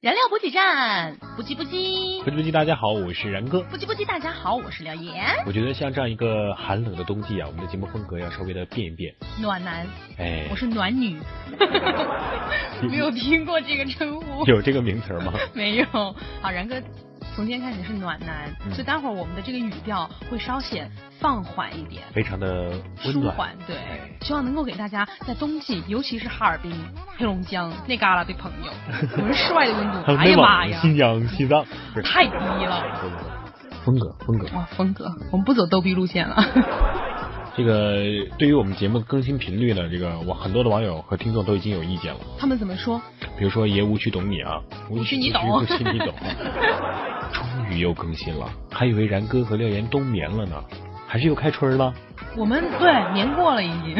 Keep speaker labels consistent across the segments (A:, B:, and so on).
A: 燃料补给站，不叽不叽，
B: 不叽不叽，大家好，我是然哥。
A: 不叽不叽。大家好，我是廖岩，
B: 我觉得像这样一个寒冷的冬季啊，我们的节目风格要稍微的变一变。
A: 暖男，
B: 哎
A: 我，是 暖女，没有听过这个称呼。
B: 有这个名词儿吗？
A: 没有。好，然哥，从今天开始是暖男，
B: 嗯
A: 所以待会儿我们的这个语调会稍显放缓一点，
B: 非常的温
A: 舒
B: 暖。
A: 缓，对
B: 哎，
A: 希望能够给大家在冬季，尤其是哈尔滨、黑龙江那旮旯的朋友，闻帅的温
B: 还
A: 度，
B: 有
A: 哎呀
B: 内
A: 妈
B: 蒙、
A: 呀，
B: 新疆、西藏，不是
A: 太低了。
B: 风格风格。
A: 哇，峰哥，我们不走逗逼路线了。
B: 这个对于我们节目的更新频率呢，这个我很多的网友和听众都已经有意见了。
A: 他们怎么说？
B: 比如说爷无需懂你啊，无
A: 无需你懂
B: 无需你懂。终于又更新了，还以为然哥和廖岩冬眠了呢，还是又开春了。
A: 我们对年过了已经，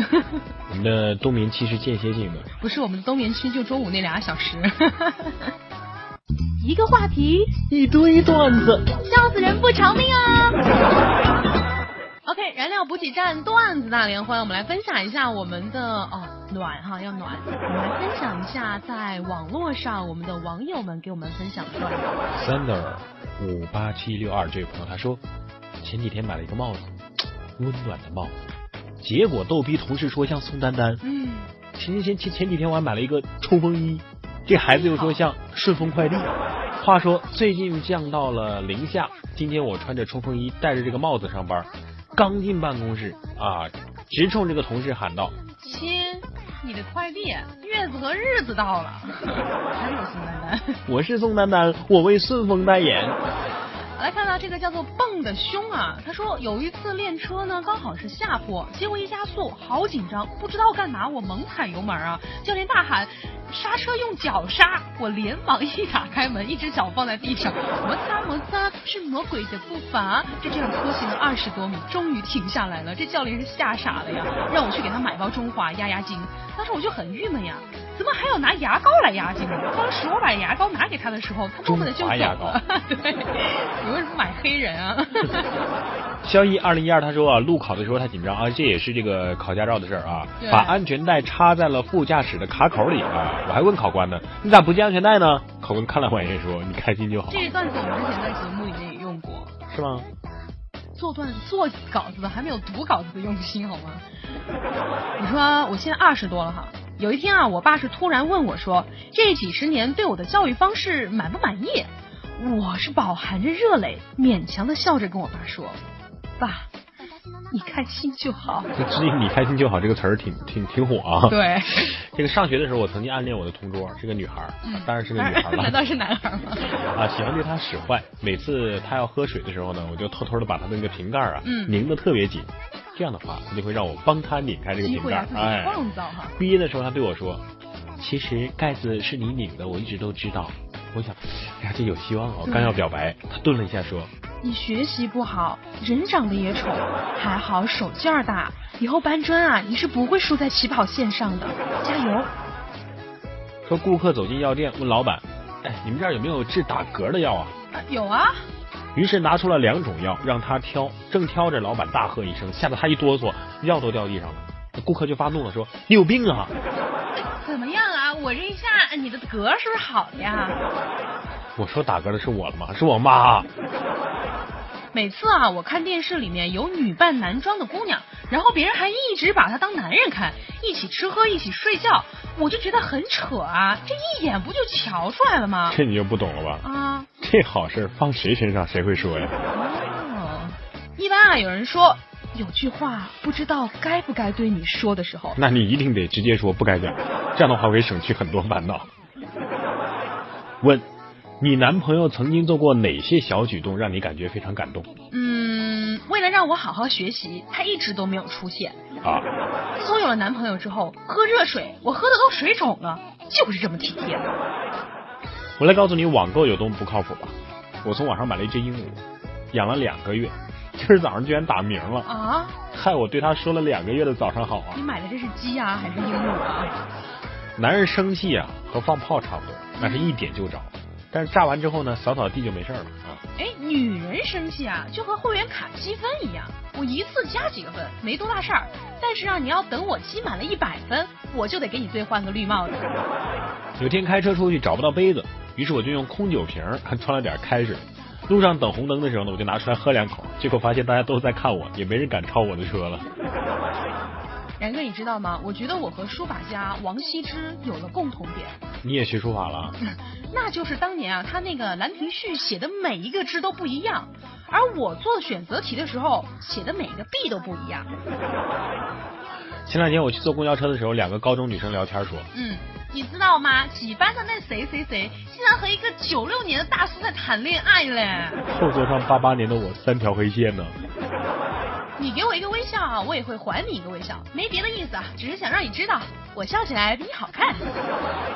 B: 我们的冬眠期是间歇性的，
A: 不是我们冬眠期就周五那俩小时。
C: 一个话题，
B: 一堆段子。
C: 笑死人不偿命啊！
A: OK，燃料补给站段子大联欢，我们来分享一下我们的哦暖哈要暖，我们来分享一下在网络上我们的网友们给我们分享的段子。
B: Sander 五八七六二这位朋友他说，前几天买了一个帽子，温暖的帽子，结果逗逼同事说像宋丹丹。
A: 嗯，
B: 前前前前几天我还买了一个冲锋衣，这孩子又说像顺丰快递。啊话说最近降到了零下，今天我穿着冲锋衣，戴着这个帽子上班，刚进办公室啊，直冲这个同事喊道
A: 亲，你的快递月子和日子 到了，还是有新丹丹。：“
B: 我是宋丹丹，我为顺丰代言。
A: 我来看到这个叫做蹦的胸啊，他说有一次练车呢，刚好是下坡，结果一加速，好紧张，不知道干嘛，我猛踩油门啊！教练大喊刹车用脚刹，我连忙一打开门，一只脚放在地上，摩擦摩擦是魔鬼的步伐，就这样拖行了二十多米，终于停下来了。这教练是吓傻了呀，让我去给他买包中华压压惊。当时我就很郁闷呀，怎么还要拿牙膏来压惊？当时我把牙膏拿给他的时候，他默默的就
B: 中
A: 走
B: 华嗯牙膏
A: 了。 对，你为什么买黑人 啊？”
B: 萧逸二零一二他说啊，路考的时候他紧张啊，这也是这个考驾照的事儿啊
A: 对，
B: 把安全带插在了副驾驶的卡口里啊，我还问考官呢，你咋不系安全带呢？考官看了我一眼说，你开心就好，
A: 这一段子我们之前在节目里面也用过，
B: 是吗？
A: 做段做稿子的还没有读稿子的用心好吗？你说我现在二十多了哈，有一天啊，我爸是突然问我说，这几十年对我的教育方式满不满意？我是饱含着热泪，勉强的笑着跟我爸说，爸，你开心就好。
B: 就至于你开心就好这个词儿挺挺挺火啊。，
A: 对，
B: 这个上学的时候，我曾经暗恋我的同桌，是个女孩儿，
A: 嗯
B: 当然是个女 孩
A: 难
B: 了。
A: 道是男孩吗？
B: 啊，喜欢对她使坏。每次她要喝水的时候呢，我就偷偷的把她的那个瓶盖儿啊，
A: 嗯
B: 拧的特别紧。这样的话，她就会让我帮她拧开这个
A: 机
B: 瓶
A: 会
B: 盖
A: 啊
B: 儿，。
A: 自己
B: 哎，
A: 创造哈。
B: 毕业的时候，她对我说：“其实盖子是你拧的，我一直都知道。”我想，哎呀，这有希望哦。刚要表白，她顿了一下说
A: 你学习不好，人长得也丑，还好手劲儿大。以后搬砖啊，你是不会输在起跑线上的，加油！：“
B: 说顾客走进药店，问老板，哎，你们这儿有没有治打嗝的药啊？”
A: 有啊，
B: 于是拿出了两种药让他挑，正挑着，老板大喝一声，吓得他一哆嗦，药都掉地上了。顾客就发怒了，说：“你有病啊
A: 怎么样啊？我这一下，你的嗝是不是好了呀？！”
B: 我说打嗝的是我了吗？是我妈。
A: 每次啊，我看电视里面有女扮男装的姑娘，然后别人还一直把她当男人看，一起吃喝，一起睡觉，我就觉得很扯啊！这一眼不就瞧出来了吗？
B: 这你就不懂了吧？
A: 啊，
B: 这好事放谁身上谁会说呀？
A: 哦，一般啊，有人说有句话不知道该不该对你说的时候，
B: 那你一定得直接说不该讲，这样的话会省去很多烦恼。问，你男朋友曾经做过哪些小举动让你感觉非常感动？
A: 嗯，为为了让我好好学习，她一直都没有出现。
B: 啊，
A: 自从有了男朋友之后，喝热水我喝的都水肿了，就是这么体贴。
B: 我来告诉你网购有多么不靠谱吧。我从网上买了一只鹦鹉，养了两个月，今儿早上居然打鸣了，
A: 啊，
B: 害我对它说了两个月的早上好啊
A: 你。买的这是鸡啊还是鹦鹉啊？
B: 男人生气啊，和放炮差不多，那是一点就着，但是炸完之后呢，扫扫地就没事儿了啊。
A: 哎，女人生气啊，就和会员卡积分一样，我一次加几个分没多大事儿，但是啊，你要等我积满了一百分，我就得给你兑换个绿帽子。
B: 有天开车出去找不到杯子，于是我就用空酒瓶儿 装了点开水。路上等红灯的时候呢，我就拿出来喝两口，结果发现大家都在看我，也没人敢超我的车了。
A: 然哥，你知道吗？我觉得我和书法家王羲之有了共同点，
B: 你也学书法了？啊
A: 那就是当年啊，他那个《兰亭序》写的每一个字都不一样，而我做选择题的时候写的每个 B 都不一样。
B: 前两天我去坐公交车的时候，两个高中女生聊天说，
A: 嗯，你知道吗？几班的那谁谁谁，竟然和一个九六年的大叔在谈恋爱嘞！
B: 后座上八八年的我三条黑线呢。
A: 你给我一个微笑啊，我也会还你一个微笑，没别的意思啊，只是想让你知道，我笑起来比你好看。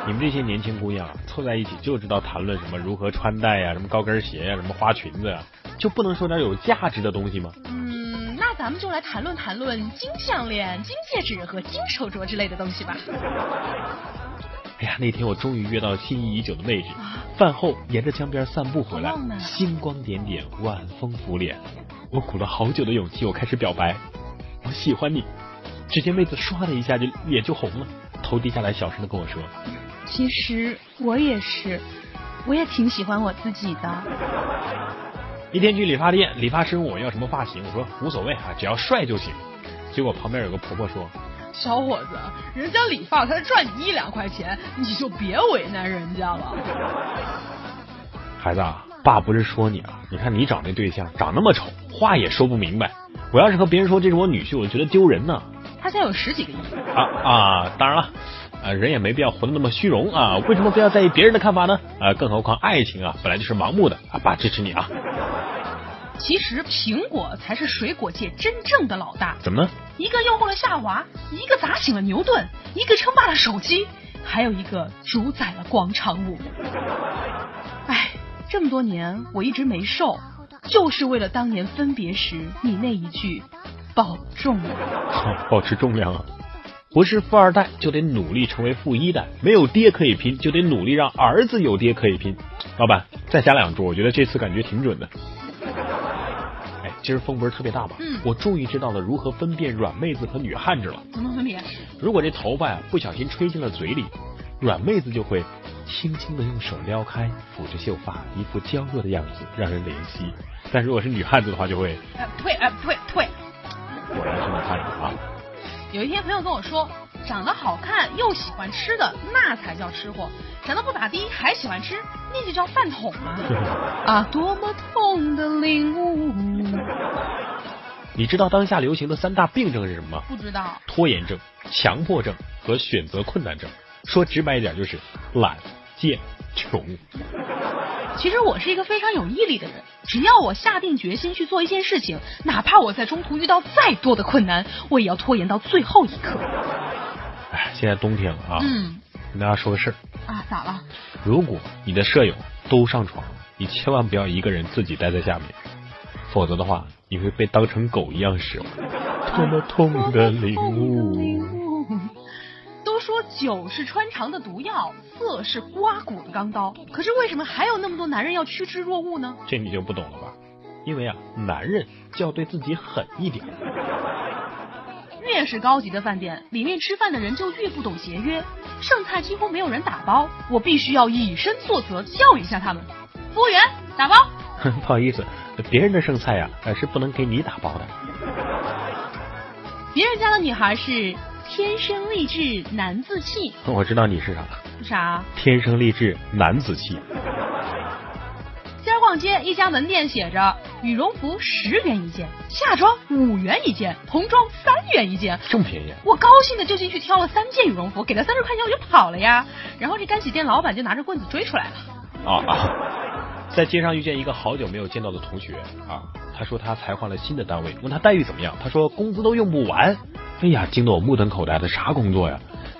B: 你们这些年轻姑娘凑在一起就知道谈论什么如何穿戴呀、什么高跟鞋呀、什么花裙子呀、就不能说点有价值的东西吗？
A: 嗯，那咱们就来谈论谈论金项链、金戒指和金手镯之类的东西吧。
B: 哎呀，那天我终于约到心仪已久的妹纸
A: 啊，
B: 饭后沿着江边散步回来
A: 好浪，漫啊
B: 星光点点，晚风拂脸。我鼓了好久的勇气，我开始表白，我喜欢你。只见妹子唰的一下就脸就红了，头低下来，小声的跟我说
A: 其实我也是，我也挺喜欢我自己的。：“
B: 一天去理发店，理发师问我要什么发型，我说无所谓啊，只要帅就行。”结果旁边有个婆婆说
A: 小伙子，人家理发才赚你一两块钱，你就别为难人家了。：“
B: 孩子啊，爸不是说你啊，你看你找那对象长那么丑，话也说不明白。我要是和别人说这是我女婿，我觉得丢人呢。”
A: 他家有十几个亿，
B: 啊啊，当然了，啊，人也没必要活得那么虚荣啊，为什么非要在意别人的看法呢？啊，更何况爱情啊，本来就是盲目的啊，爸支持你啊，
A: 其实苹果才是水果界真正的老大，
B: 怎么呢？
A: 一个诱惑了夏娃，一个砸醒了牛顿，一个称霸了手机，还有一个主宰了广场舞。哎，这么多年我一直没瘦，就是为了当年分别时你那一句“保重啊”。
B: 保持重量啊，不是富二代就得努力成为富一代，没有爹可以拼，就得努力让儿子有爹可以拼。老板，再加两注，我觉得这次感觉挺准的。哎，今儿风不是特别大吗？
A: 嗯
B: 我终于知道了如何分辨软妹子和女汉子了。
A: 怎么分别？
B: 如果这头发呀、不小心吹进了嘴里，软妹子就会轻轻的用手撩开，抚着秀发，一副娇弱的样子，让人怜惜。但如果是女汉子的话，就会
A: 呃，退，呃，退，退。
B: 果然是女汉子啊。
A: 有一天朋友跟我说，长得好看又喜欢吃的，那才叫吃货；长得不咋地还喜欢吃，那就叫饭桶啊！啊，多么痛的领悟！
B: 你知道当下流行的三大病症是什么吗？
A: 不知道，
B: 拖延症、强迫症和选择困难症。说直白一点就是懒、贱、穷。
A: 其实我是一个非常有毅力的人，只要我下定决心去做一件事情，哪怕我在中途遇到再多的困难，我也要拖延到最后一刻。
B: 哎，现在冬天了啊，
A: 嗯，
B: 跟大家说个事儿。
A: 啊，咋了？
B: 如果你的舍友都上床了，你千万不要一个人自己待在下面，否则的话，你会被当成狗一样使唤。多么痛的领悟！
A: 都说酒是穿肠的毒药，色是刮骨的钢刀，可是为什么还有那么多男人要趋之若鹜呢？
B: 这你就不懂了吧？因为啊，男人就要对自己狠一点。
A: 越是高级的饭店，里面吃饭的人就越不懂节约，剩菜几乎没有人打包，我必须要以身作则，教育一下他们。服务员，打包。
B: 不好意思，别人的剩菜呀、呃是不能给你打包的。
A: 别人家的女孩是天生丽质难自啊弃，
B: 我知道你是啥，
A: 啥？
B: 天生丽质男子气。
A: 今儿逛街，一家门店写着羽绒服十元一件，夏装五元一件，童装三元一件，
B: 这么便宜啊？
A: 我高兴的就进去挑了三件羽绒服，给他三十块钱我就跑了呀。然后这干洗店老板就拿着棍子追出来了。
B: 啊啊！ 在街上遇见一个好久没有见到的同学啊，他说他才换了新的单位，问他待遇怎么样，他说工资都用不完。哎呀，惊得我目瞪口呆，他啥工作呀？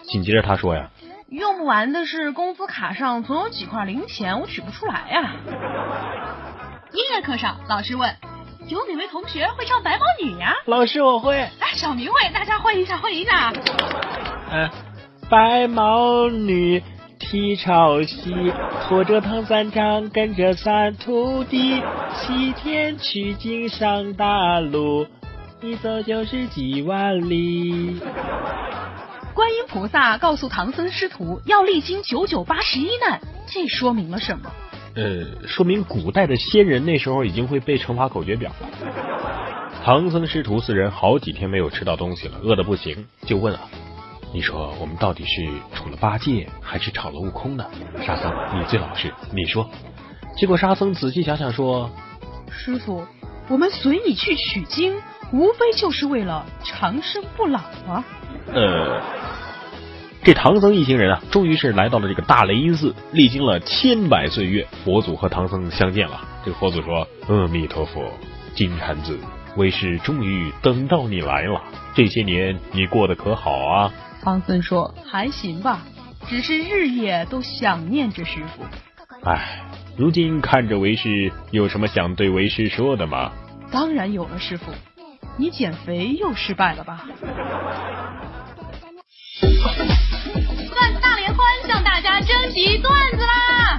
B: 紧接着他说呀，
A: 用不完的是工资卡上总有几块零钱，我取不出来呀、音乐课上，老师问：“有哪位同学会唱《白毛女》呀？”
B: 老师我会，
A: 哎，小明会，大家欢迎一下，欢迎一下。
B: 嗯、白毛女踢朝西，拖着唐三藏跟着三徒弟，西天取经上大路，一走就是几万里。
A: 观音菩萨告诉唐僧师徒要历经九九八十一难，这说明了什么？
B: 呃，说明古代的仙人那时候已经会背乘法口诀表了。唐僧师徒四人好几天没有吃到东西了，饿得不行，就问啊：“你说我们到底是处了八戒，还是炒了悟空呢？”沙僧，你最老实，你说。结果沙僧仔细想想说
A: 师傅，我们随你去取经，无非就是为了长生不老啊。：“
B: 呃，这唐僧一行人啊，终于是来到了这个大雷音寺，历经了千百岁月，佛祖和唐僧相见了。这个佛祖说：‘阿弥陀佛，金蝉子，为师终于等到你来了。这些年你过得可好啊？’”
A: 唐僧说：“还行吧，只是日夜都想念着师傅。
B: 唉，哎如今看着为师，有什么想对为师说的吗？
A: 当然有了师傅，你减肥又失败了吧？”段子大联欢向大家征集段子啦！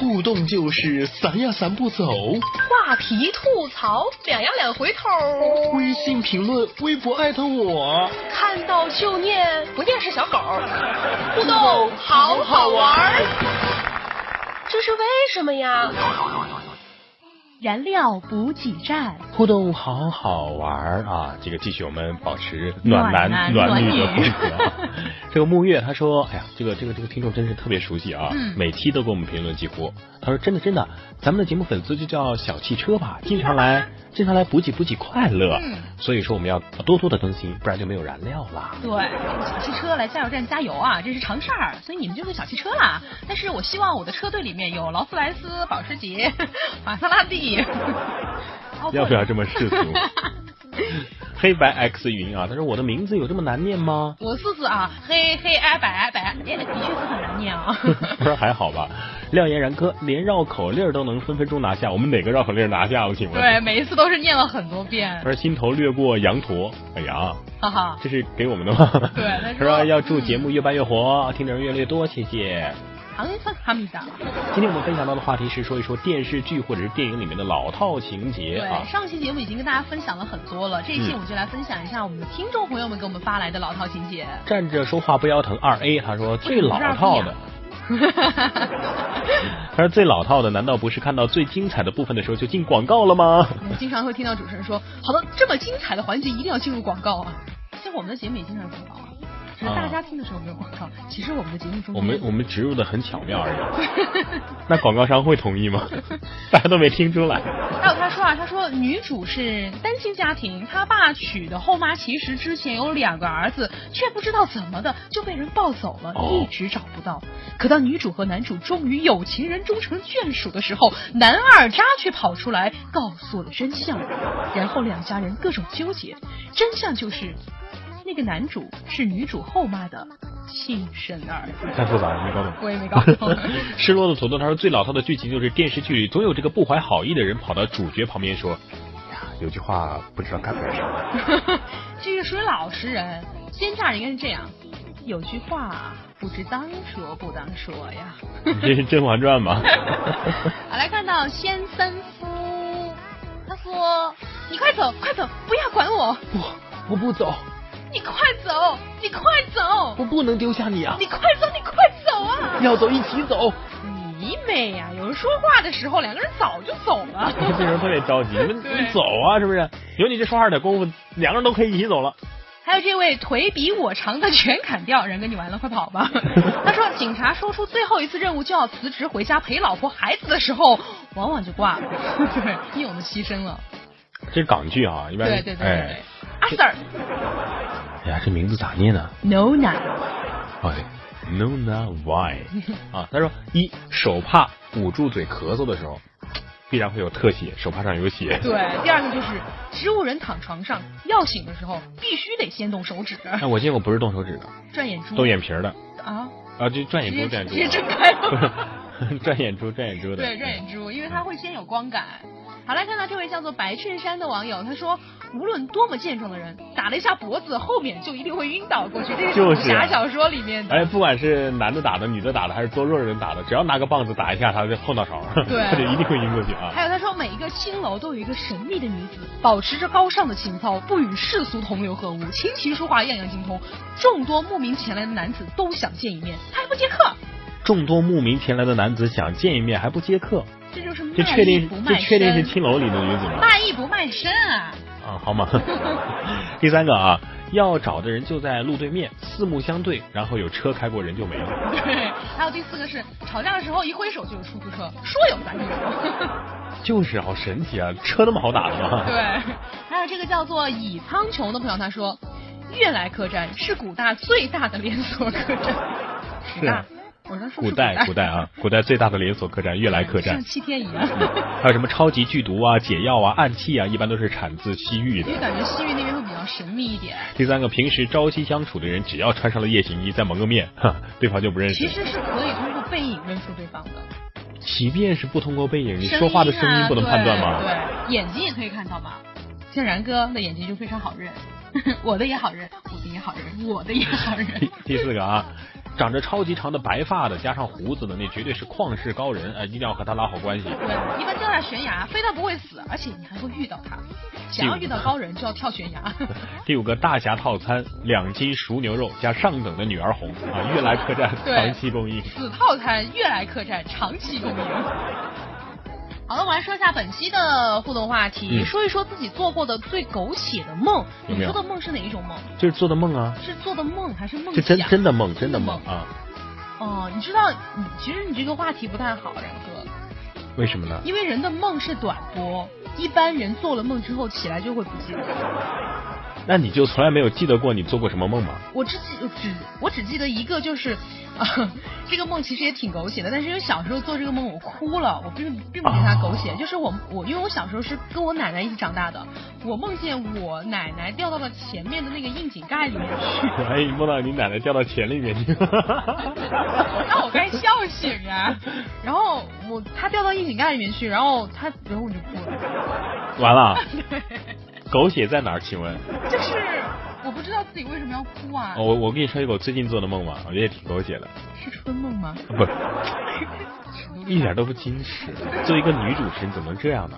B: 互动就是散呀散不走，
A: 话题吐槽，两呀两回头，
B: 微信评论、微博艾特我。
A: 看到就念，不念是小狗， 互动好好玩儿。
D: 这是为什么呀？
A: 燃料补给站，
B: 互动好好玩儿啊！这个继续我们保持暖
A: 暖
B: 男
A: 男
B: 女的
A: 暖
B: 风
A: 女
B: 格啊。 这个木月他说：“哎呀，这个这个这个听众真是特别熟悉啊，
A: 嗯
B: 每期都给我们评论几乎。他说真的真的，咱们的节目粉丝就叫小汽车吧，经常来经常来补给补给快乐。
A: 嗯
B: 所以说我们要多多的更新，不然就没有燃料了。
A: 对，小汽车来加油站加油啊，这是常事儿，所以你们就是小汽车啦。但是我希望我的车队里面有劳斯莱斯、保时捷、 玛莎拉 蒂。奥拓
B: 要不要这么世俗？”黑白 X 云啊，他说我的名字有这么难念吗？
A: 我试试啊，黑黑哎白哎白，哎，的确是很难念啊。
B: 他说还好吧，廖岩然哥连绕口令儿都能分分钟拿下，我们哪个绕口令儿拿下？我请问。
A: 对，每一次都是念了很多遍
B: 他，说心头掠过羊驼，哎呀，
A: 哈哈。
B: 这是给我们的吗？
A: 对他
B: 他
A: 说
B: 说要祝节目越办越火，听的人越来越多，谢谢。
A: 唐僧哈密达，
B: 今天我们分享到的话题是说一说电视剧或者是电影里面的老套情节啊
A: 对，。上期节目已经跟大家分享了很多了，这一期
B: 嗯
A: 我就来分享一下我们的听众朋友们给我们发来的老套 情节。
B: 站着说话不腰疼二 A，他说最老套的，他说最老套的，难道不是看到最精彩的部分的时候就进广告了 吗？
A: 我经常会听到主持人说：“好的，这么精彩的环节一定要进入广告啊！”其实我们的节目也经常有广告啊，只是大家听的时候没有广告。其实我们的节目中
B: 我们我们植入的很巧妙而已。 那广告商会同意 吗？大家都没听出来。
A: 还有他说啊，他说女主是单亲家庭，她爸娶的后妈其实之前有两个儿子，却不知道怎么的就被人抱走了，
B: 哦
A: 一直找不到。可当女主和男主终于有情人终成眷属的时候，男二渣却跑出来告诉了真相，然后两家人各种纠结，真相就是。那个男主是女主后妈的亲生儿 子，
B: 太复杂了，没搞懂。
A: 我也没搞懂。
B: 失落的土豆他说最老套的剧情就是电视剧里总有这个不怀好意的人跑到主角旁边说，哎呀，有句话不知道该不该说。
A: 这个属于老实人，奸诈人应该是这样。有句话不知当说不当说 呀。
B: 你这是《甄嬛传》吗？
A: 好，来看到先生夫，他说：“你快走，快走，不要管我，
B: 不，我不走，
A: 你快走，你快走，
B: 不能丢下你啊！
A: 你快走，你快走啊！
B: 要走一起走。
A: 你妹呀、有人说话的时候，两个人早就走了。
B: 这人特别着 急，你们
A: 对
B: 你们走啊，是不是？有你这说话的功夫，两个人都可以一起走了。
A: 还有这位腿比我长的全砍掉，人跟你完了，快 跑吧！他说，警察说出最后一次任务就要辞职回家陪老婆孩子的时候，往往就挂了， 对，英勇的牺牲了。
B: 这是港剧啊，一般
A: 对对对对
B: 哎，
A: 阿 Sir
B: 哎呀，这名字咋念呢？
A: No No，
B: 哦对，No No Why 啊？他说一手帕捂住嘴咳嗽的时候，必然会有特写，手帕上有血。
A: 对，第二个就是植物人躺床上要醒的时候，必须得先动手指
B: 哎，我见过不是动手指的，
A: 转眼珠，
B: 动眼皮儿的，
A: 啊，
B: 啊，就转
A: 嗯直
B: 眼
A: 接
B: 珠，转
A: 直
B: 眼珠
A: 接睁
B: 啊，
A: 开
B: 不
A: 了。
B: 是转眼珠，转眼珠的，
A: 对，转眼珠，因为它会先有光感。好来看到这位叫做白衬衫的网友，他说，无论多么健壮的人，打了一下脖子，后面就一定会晕倒过去。这是
B: 就
A: 武
B: 是啊
A: 侠小说里面的。
B: 哎，不管是男的打的、女的打的，还是多弱的人打的，只要拿个棒子打一下，他就后脑勺，
A: 对
B: 他就一定会晕过去啊。
A: 还有他说，每一个青楼都有一个神秘的女子，保持着高尚的情操，不与世俗同流合污，琴棋书画样样精通。众多慕名前来的男子都想见一面，他还不接客，
B: 众多慕名前来的男子想见一面还不接客，
A: 这就是
B: 这
A: 卖
B: 确
A: 艺
B: 定
A: 不
B: 这
A: 卖
B: 确定是
A: 身。
B: 青楼里的女子吗？
A: 卖艺不卖身啊！
B: 啊，好吗？ 第三个啊，要找的人就在路对面，四目相对，然后有车开过，人就没了。
A: 对， 还有第四个是吵架的时候一挥手就有出租车，说有咱就有。
B: 就是好神奇啊，车那么好打的吗？
A: 对，还有这个叫做以苍穹的朋友，他说，悦来客栈是古大最大的连锁客栈。
B: 是啊
A: 古大，我说是不是
B: 古代古代啊，古代最大的连锁客栈悦来客栈 嗯
A: 像，七天一样。
B: 还有什么超级剧毒啊、解药啊、暗器啊，一般都是产自西域
A: 因为
B: 的。
A: 感觉西域那边会比较神秘一点，
B: 第三个，平时朝夕相处的人，只要穿上了夜行衣，再蒙个面，哈，对方就不认识
A: 其。实是可以通过背影认出对方的。
B: 即便是不通过背影，你
A: 声
B: 说话的声
A: 啊
B: 音不能判断吗？
A: 对，对眼睛也可以看到嘛。像然哥的眼睛就非常好认， 我的也好认，我的也好认，我的也好认
B: 第。 第四个啊，长着超级长的白发的，加上胡子的，那绝对是旷世高人，哎，一定要和他拉好关系。
A: 对，一般掉下悬崖，非但不会死，而且你还会遇到他。想要遇到高人，就要跳悬 崖。
B: 第五个大侠套餐，两斤熟牛肉加上等的女儿红啊，悦来客栈
A: 对
B: 长期供应。
A: 此套餐悦来客栈长期 供应。好了，我们来说一下本期的互动话题，
B: 嗯
A: 说一说自己做过的最苟且的梦。
B: 有
A: 你
B: 没有
A: 说的梦是哪一种梦？
B: 就是做的梦啊，
A: 是做的梦还是梦
B: 这
A: 想？
B: 真真的梦，真的
A: 的
B: 梦
A: 梦
B: 啊，
A: 哦，你知道，你其实你这个话题不太好，然哥，
B: 为什么呢？
A: 因为人的梦是短波，一般人做了梦之后起来就会不记得。
B: 那你就从来没有记得过你做过什么梦吗？
A: 我只记我只我只记得一个，就是、啊、 这个梦其实也挺狗血的，但是因为小时候做这个梦我哭了，我并并不觉得它狗血，就是我我因为我小时候是跟我奶奶一起长大的，我梦见我奶奶掉到了前面的那个窨井盖里面 去，
B: 哎，梦到你奶奶掉到田里面去。
A: 那我该笑醒啊，然后我她掉到窨井盖里面去，然后她然后我就哭了。
B: 完了，啊 狗血在哪儿？请问，
A: 就是我不知道自己为什么要哭啊，
B: 哦我我跟你说一个我最近做的梦吧，我觉得也挺狗血的，
A: 是春梦吗？
B: 啊不，一点都不矜持。作为一个女主持，你怎么能这样呢？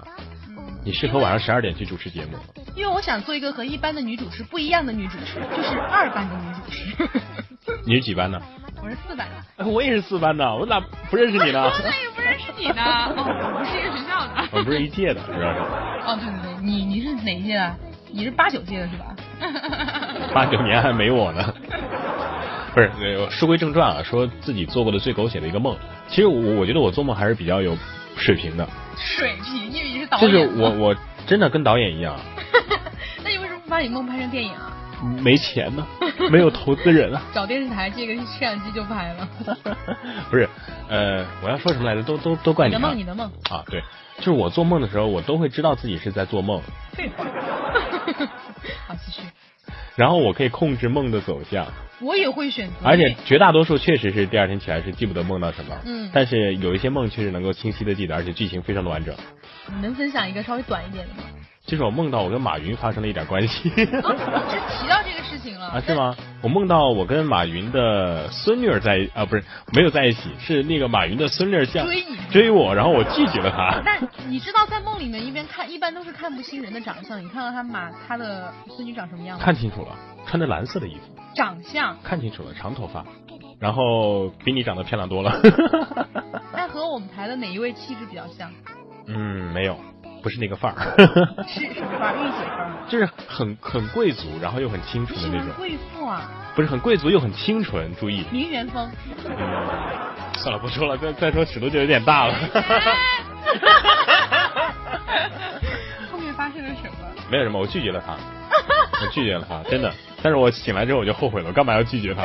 B: 你适合晚上十二点去主持节目。
A: 因为我想做一个和一般的女主持不一样的女主持，就是二班的女主持。
B: 你是几班的？
A: 我是四班的，
B: 哎我也是四班的，我咋不认识你呢？
A: 那也不认识你呢，哦，我不是一个学校的。
B: 我们不是一届的，主要是
A: 哦，对对对，你你是哪一届的？你是八九届的是吧？
B: 八九年还没我呢。不是，呃书归正传啊，说自己做过的最狗血的一个梦。其实我我觉得我做梦还是比较有水平的，
A: 水平，因为你是导
B: 就
A: 演。
B: 是我。我真的跟导演一样，
A: 那你为什么不把你梦拍成电影啊？
B: 没钱呢，没有投资人啊。
A: 找电视台借个摄像机就拍了。
B: 不是，呃，我要说什么来着？都都都怪
A: 你
B: 你、
A: 的
B: 啊。
A: 梦，你的梦。
B: 啊，对，就是我做梦的时候，我都会知道自己是在做梦，
A: 废话。 好，继续。
B: 然后我可以控制梦的走向，
A: 我也会选择你。
B: 而且绝大多数确实是第二天起来是记不得梦到什么，
A: 嗯
B: 但是有一些梦确实能够清晰的记得，而且剧情非常的完整。
A: 你能分享一个稍微短一点的吗？
B: 就是我梦到我跟马云发生了一点关 系
A: 啊只提到这个事情了
B: 啊，是？吗？我梦到我跟马云的孙女儿在啊，不是没有在一起，是那个马云的孙女儿想
A: 追你
B: 追我，然后我拒绝了她。
A: 但你知道，在梦里面一边看，一般都是看不清人的长相。你看到他马他的孙女长什么样吗？
B: 看清楚了，穿着蓝色的衣服。
A: 长相，
B: 看清楚了，长头发，然后比你长得漂亮多了。
A: 但和和我们台的哪一位气质比较 像？
B: 嗯，没有，不是那个范儿，
A: 是什么范儿？御姐范儿吗？
B: 就是很很贵族，然后又很清
A: 你
B: 纯
A: 喜
B: 的那
A: 欢
B: 种，
A: 贵妇啊，
B: 不是很贵族又很清纯。注意，
A: 名媛风。
B: 算了，不说了，再再说尺度就有点大了。
A: 后面发生了什么？
B: 没有什么，我拒绝了他，我拒绝了他，真的。但是我醒来之后我就后悔了，我干嘛要拒绝他？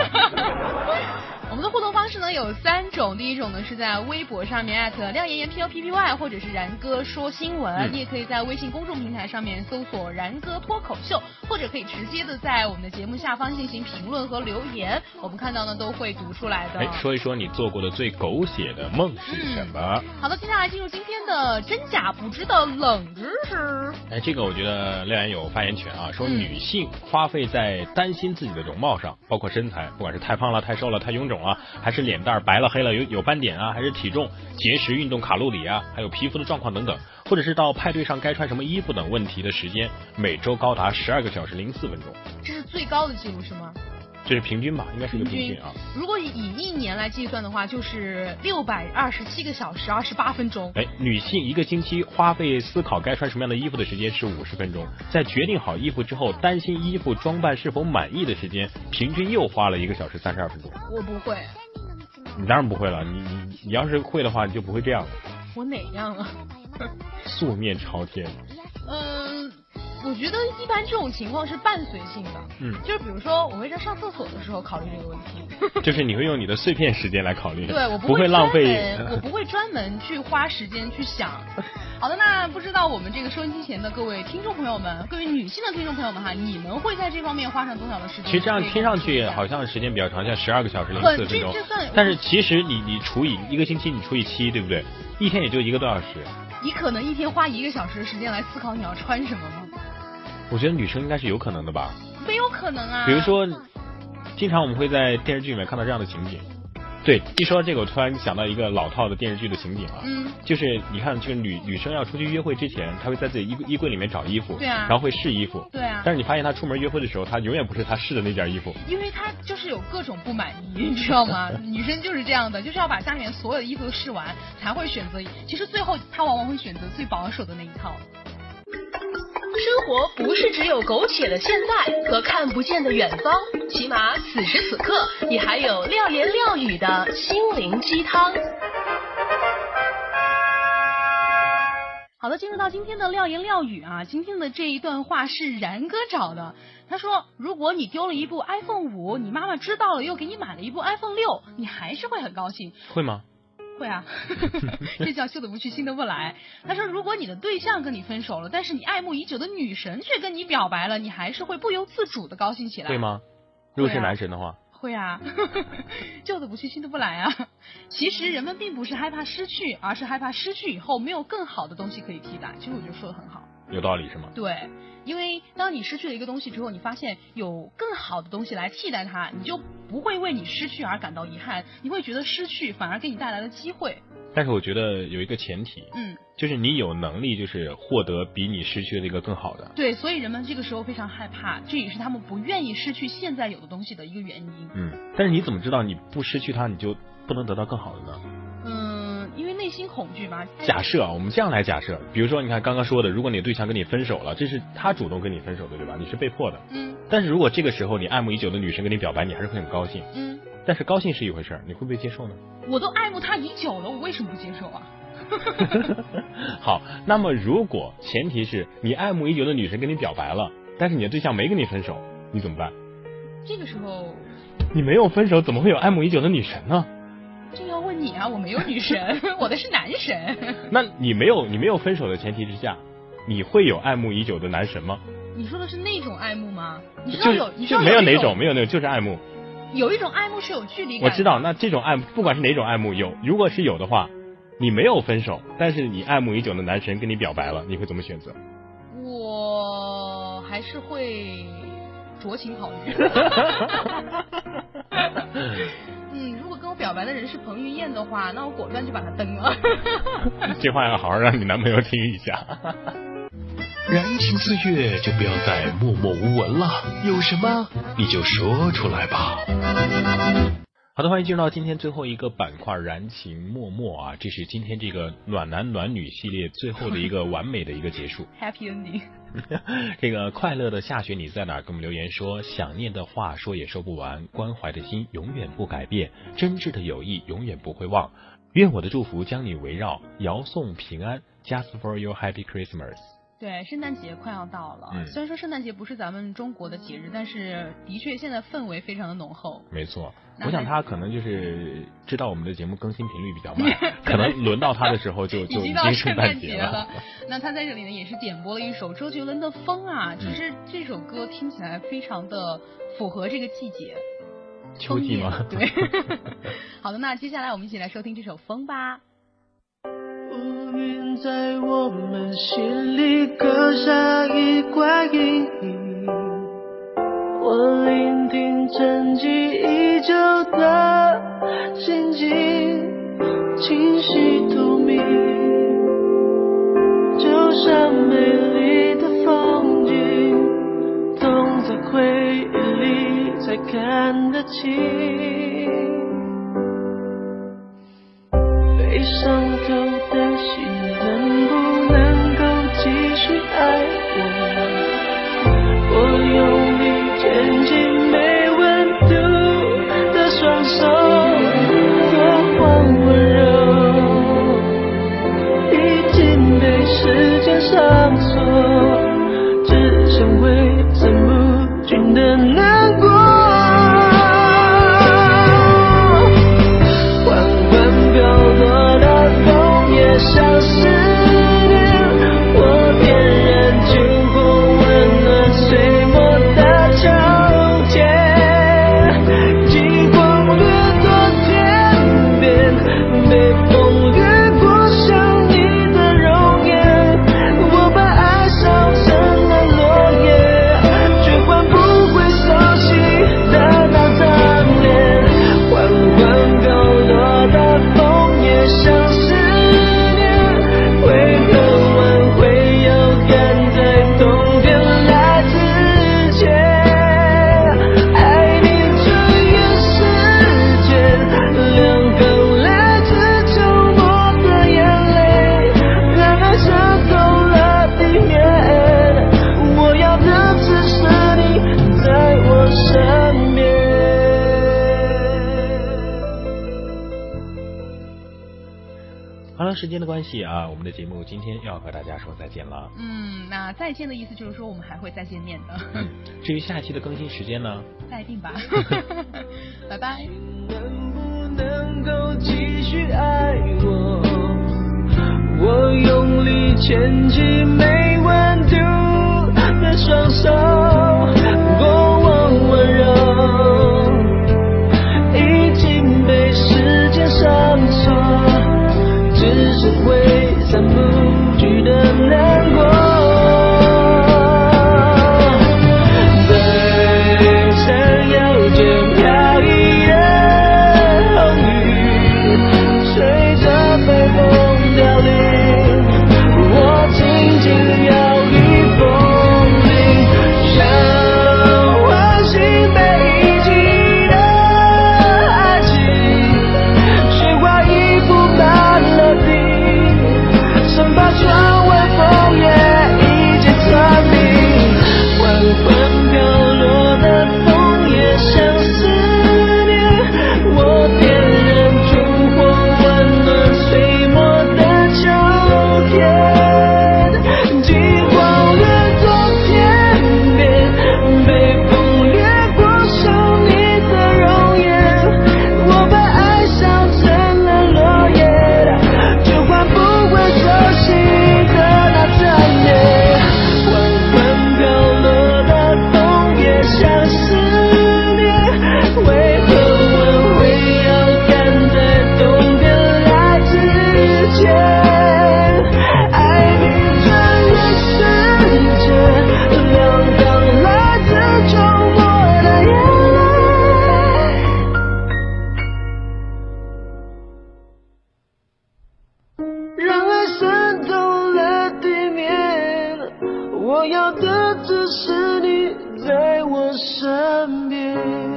A: 我们的互动方式呢有三种，第一种呢是在微博上面艾特亮爷爷 P O P P Y 或者是然哥说新闻，
B: 嗯
A: 你也可以在微信公众平台上面搜索然哥脱口秀，或者可以直接的在我们的节目下方进行评论和留言，我们看到呢都会读出来的。
B: 哎，说一说你做过的最狗血的梦是什么？
A: 好的，接下来进入今天的真假不知的冷知识。
B: 哎，这个我觉得亮言有发言权啊，说
A: 嗯
B: 女性花费在担心自己的容貌上，包括身材，不管是太胖了、太瘦了、太臃肿了，还是脸蛋儿白了、黑了、有有斑点啊，还是体重、节食、运动、卡路里啊，还有皮肤的状况等等，或者是到派对上该穿什么衣服等问题的时间，每周高达十二个小时零四分钟，
A: 这是最高的记录是吗？
B: 这是平均吧？应该是一个平
A: 平
B: 均
A: 均
B: 啊。
A: 如果以一年来计算的话，就是六百二十七个小时二十八分钟。
B: 哎，女性一个星期花费思考该穿什么样的衣服的时间是五十分钟，在决定好衣服之后，担心衣服装扮是否满意的时间，平均又花了一个小时三十二分钟。
A: 我不会，
B: 你当然不会了，你你你要是会的话，你就不会这样了。
A: 我哪样啊？
B: 素面朝天，
A: 嗯，我觉得一般这种情况是伴随性的，
B: 嗯，
A: 就是比如说我会在上厕所的时候考虑这个问题。
B: 就是你会用你的碎片时间来考虑，
A: 对我
B: 不
A: 会
B: 浪费呃
A: 专。 门我不会专门去花时间去想。好的，那不知道我们这个收音机前的各位听众朋友们，各位女性的听众朋友们哈，你们会在这方面花上多少的时间？
B: 其实这样听上去好
A: 像
B: 像时间比较长，像十二个小时零
A: 很
B: 四分钟
A: 这这算，
B: 但是其实你你除以一个星期，你除以七，对不对？一天也就一个多小时。
A: 你可能一天花一个小时的时间来思考你要穿什么吗？
B: 我觉得女生应该是有可能的吧。
A: 没有可能啊。
B: 比如，说，经常我们会在电视剧里面看到这样的情景。对，一说到这个，我突然想到一个老套的电视剧的情景啊，
A: 嗯，
B: 就是你看，这个女女生要出去约会之前，她会在自己衣柜衣柜里面找衣服，
A: 对啊
B: 然后会试衣服，
A: 对啊
B: 但是你发现她出门约会的时候，她永远不是她试的那件衣服，
A: 因为他就是有各种不满意， 你知道吗？女生就是这样的，就是要把家里面所有的衣服都试完，才会选择。其实最后她往往会选择最保守的那一套。
D: 生活不是只有苟且的现在和看不见的远方，起码此时此刻，你还有廖言廖语的心灵鸡汤。
A: 好的，进入到今天的廖言廖语啊，今天的这一段话是然哥找的。他说，如果你丢了一部 iPhone 五，你妈妈知道了又给你买了一部 iPhone 六，你还是会很高兴。
B: 会吗？
A: 会啊， 这叫旧的不去，新的不来。他说，如果你的对象跟你分手了，但是你爱慕已久的女神却跟你表白了，你还是会不由自主的高兴起来。
B: 会？吗？如果
A: 会
B: 是
A: 啊
B: 男神的话，
A: 会啊， 旧的不去，新的不来啊。其实人们并不是害怕失去，而是害怕失去以后没有更好的东西可以替代。其实我觉得说的很好。
B: 有道理是吗？
A: 对，因为当你失去了一个东西之后，你发现有更好的东西来替代它，你就不会为你失去而感到遗憾，你会觉得失去反而给你带来了机会。
B: 但是我觉得有一个前提，
A: 嗯，
B: 就是你有能力，就是获得比你失去的一个更好的。
A: 对，所以人们这个时候非常害怕，这也是他们不愿意失去现在有的东西的一个原因。
B: 嗯，但是你怎么知道你不失去它，你就不能得到更好的呢？
A: 嗯，因为内心恐惧吧。
B: 假设啊，我们这样来假设，比如说你看刚刚说的，如果你的对象跟你分手了，这是他主动跟你分手的，对吧？你是被迫的。
A: 嗯
B: 但是如果这个时候你爱慕已久的女神跟你表白，你还是会很高兴。
A: 嗯，
B: 但是高兴是一回事儿，你会不会接受呢？
A: 我都爱慕他已久了，我为什么不接受啊？
B: 好，那么如果前提是你爱慕已久的女神跟你表白了，但是你的对象没跟你分手，你怎么办？
A: 这个时候
B: 你没有分手，怎么会有爱慕已久的女神呢？
A: 这要问你啊，我没有女神， 我的是男神。
B: 那你没有你没有分手的前提之下，你会有爱慕已久的男神吗？
A: 你说的是那种爱慕吗？你知道有，
B: 就
A: 你知
B: 就
A: 道
B: 没有
A: 一
B: 哪
A: 种
B: 种，没有那种，就是爱慕。
A: 有一种爱慕是有距离感的。
B: 我知道，那这种爱慕，不管是哪种爱慕，有如果是有的话，你没有分手，但是你爱慕已久的男神跟你表白了，你会怎么选择？
A: 我还是会酌情考 虑。嗯，如果跟我表白的人是彭于晏的话，那我果断就把他蹬了。
B: 这话要好好让你男朋友听一下。
E: 燃情岁月就不要再默默无闻了，有什么你就说出来吧。
B: 好的，欢迎进入到今天最后一个板块“燃情脉脉”啊，这是今天这个暖男暖女系列最后的一个完美的一个结束。
A: Happy ending。
B: 这个快乐的下雪你在哪儿？给我们留言说，想念的话说也说不完，关怀的心永远不改变，真挚的友谊永远不会忘。愿我的祝福将你围绕，遥送平安。Just for your happy Christmas。
A: 对，圣诞节快要到了、
B: 嗯
A: 虽然说圣诞节不是咱们中国的节日，但是的确现在氛围非常的浓厚。
B: 没错，
A: 那
B: 我想他可能就是知道我们的节目更新频率比较慢， 可能轮到他的时候 就
A: 已
B: 就
A: 经
B: 已
A: 到
B: 经
A: 圣
B: 圣
A: 诞
B: 诞
A: 节
B: 节
A: 了
B: 了。。
A: 那他在这里呢也是点播了一首周杰伦的《风》啊，
B: 嗯
A: 其实这首歌听起来非常的符合这个季节，
B: 秋季吗
A: 枫叶对。 好的，那接下来我们一起来收听这首《风》吧。
F: 乌云在我们心里刻下一块阴影，我聆听沉寂已久的心境，清晰透明，就像美丽的风景，总在回忆里才看得清。被伤透的心能不能够继续爱我？我用力牵起没温度的双手，多换温柔，已经被时间上锁，只剩挥之不去的难过。缓缓飘落的枫叶，像思念，我点燃烛火，温暖水墨的秋天。极光掠过天边，被风掠过，像你的容颜。我把爱烧成了落叶，却换不回熟悉的那张脸。缓缓飘落的枫叶，像思念，为何挽回要赶在冬天来之前？爱你穿越时间，两行来自沉默的眼泪，让爱渗透了地面。我要的只是你在我身边。
B: 好了，时间的关系啊，我们的节目今天要和大家说再见了。
A: 嗯，那再见的意思就是说我们还会再见面的，
B: 至于下期的更新时间呢，
A: 待定吧。 拜拜。
F: 能不能够继续爱我？我用力牵起没温度的双手，过往温柔已经被时间上锁，只剩挥散不去的难过。在闪耀着飘逸的红雨，随着北风凋零，我静静摇曳风铃，想唤醒被遗弃的爱情，雪花已铺满了地。生怕窗外枫叶已经穿林，缓缓飘落的枫叶像思念，我点燃烛火，温暖水墨的秋天。极光掠过天边，被风掠过像你的容颜，我把爱烧成了落叶，却换不回熟悉的那张脸。缓缓飘落的枫叶像思念，为何我会要赶在冬天来之前？爱你穿越时间，流淌来自沉默的眼泪。让爱渗透了地面，我要的只是你在我身边。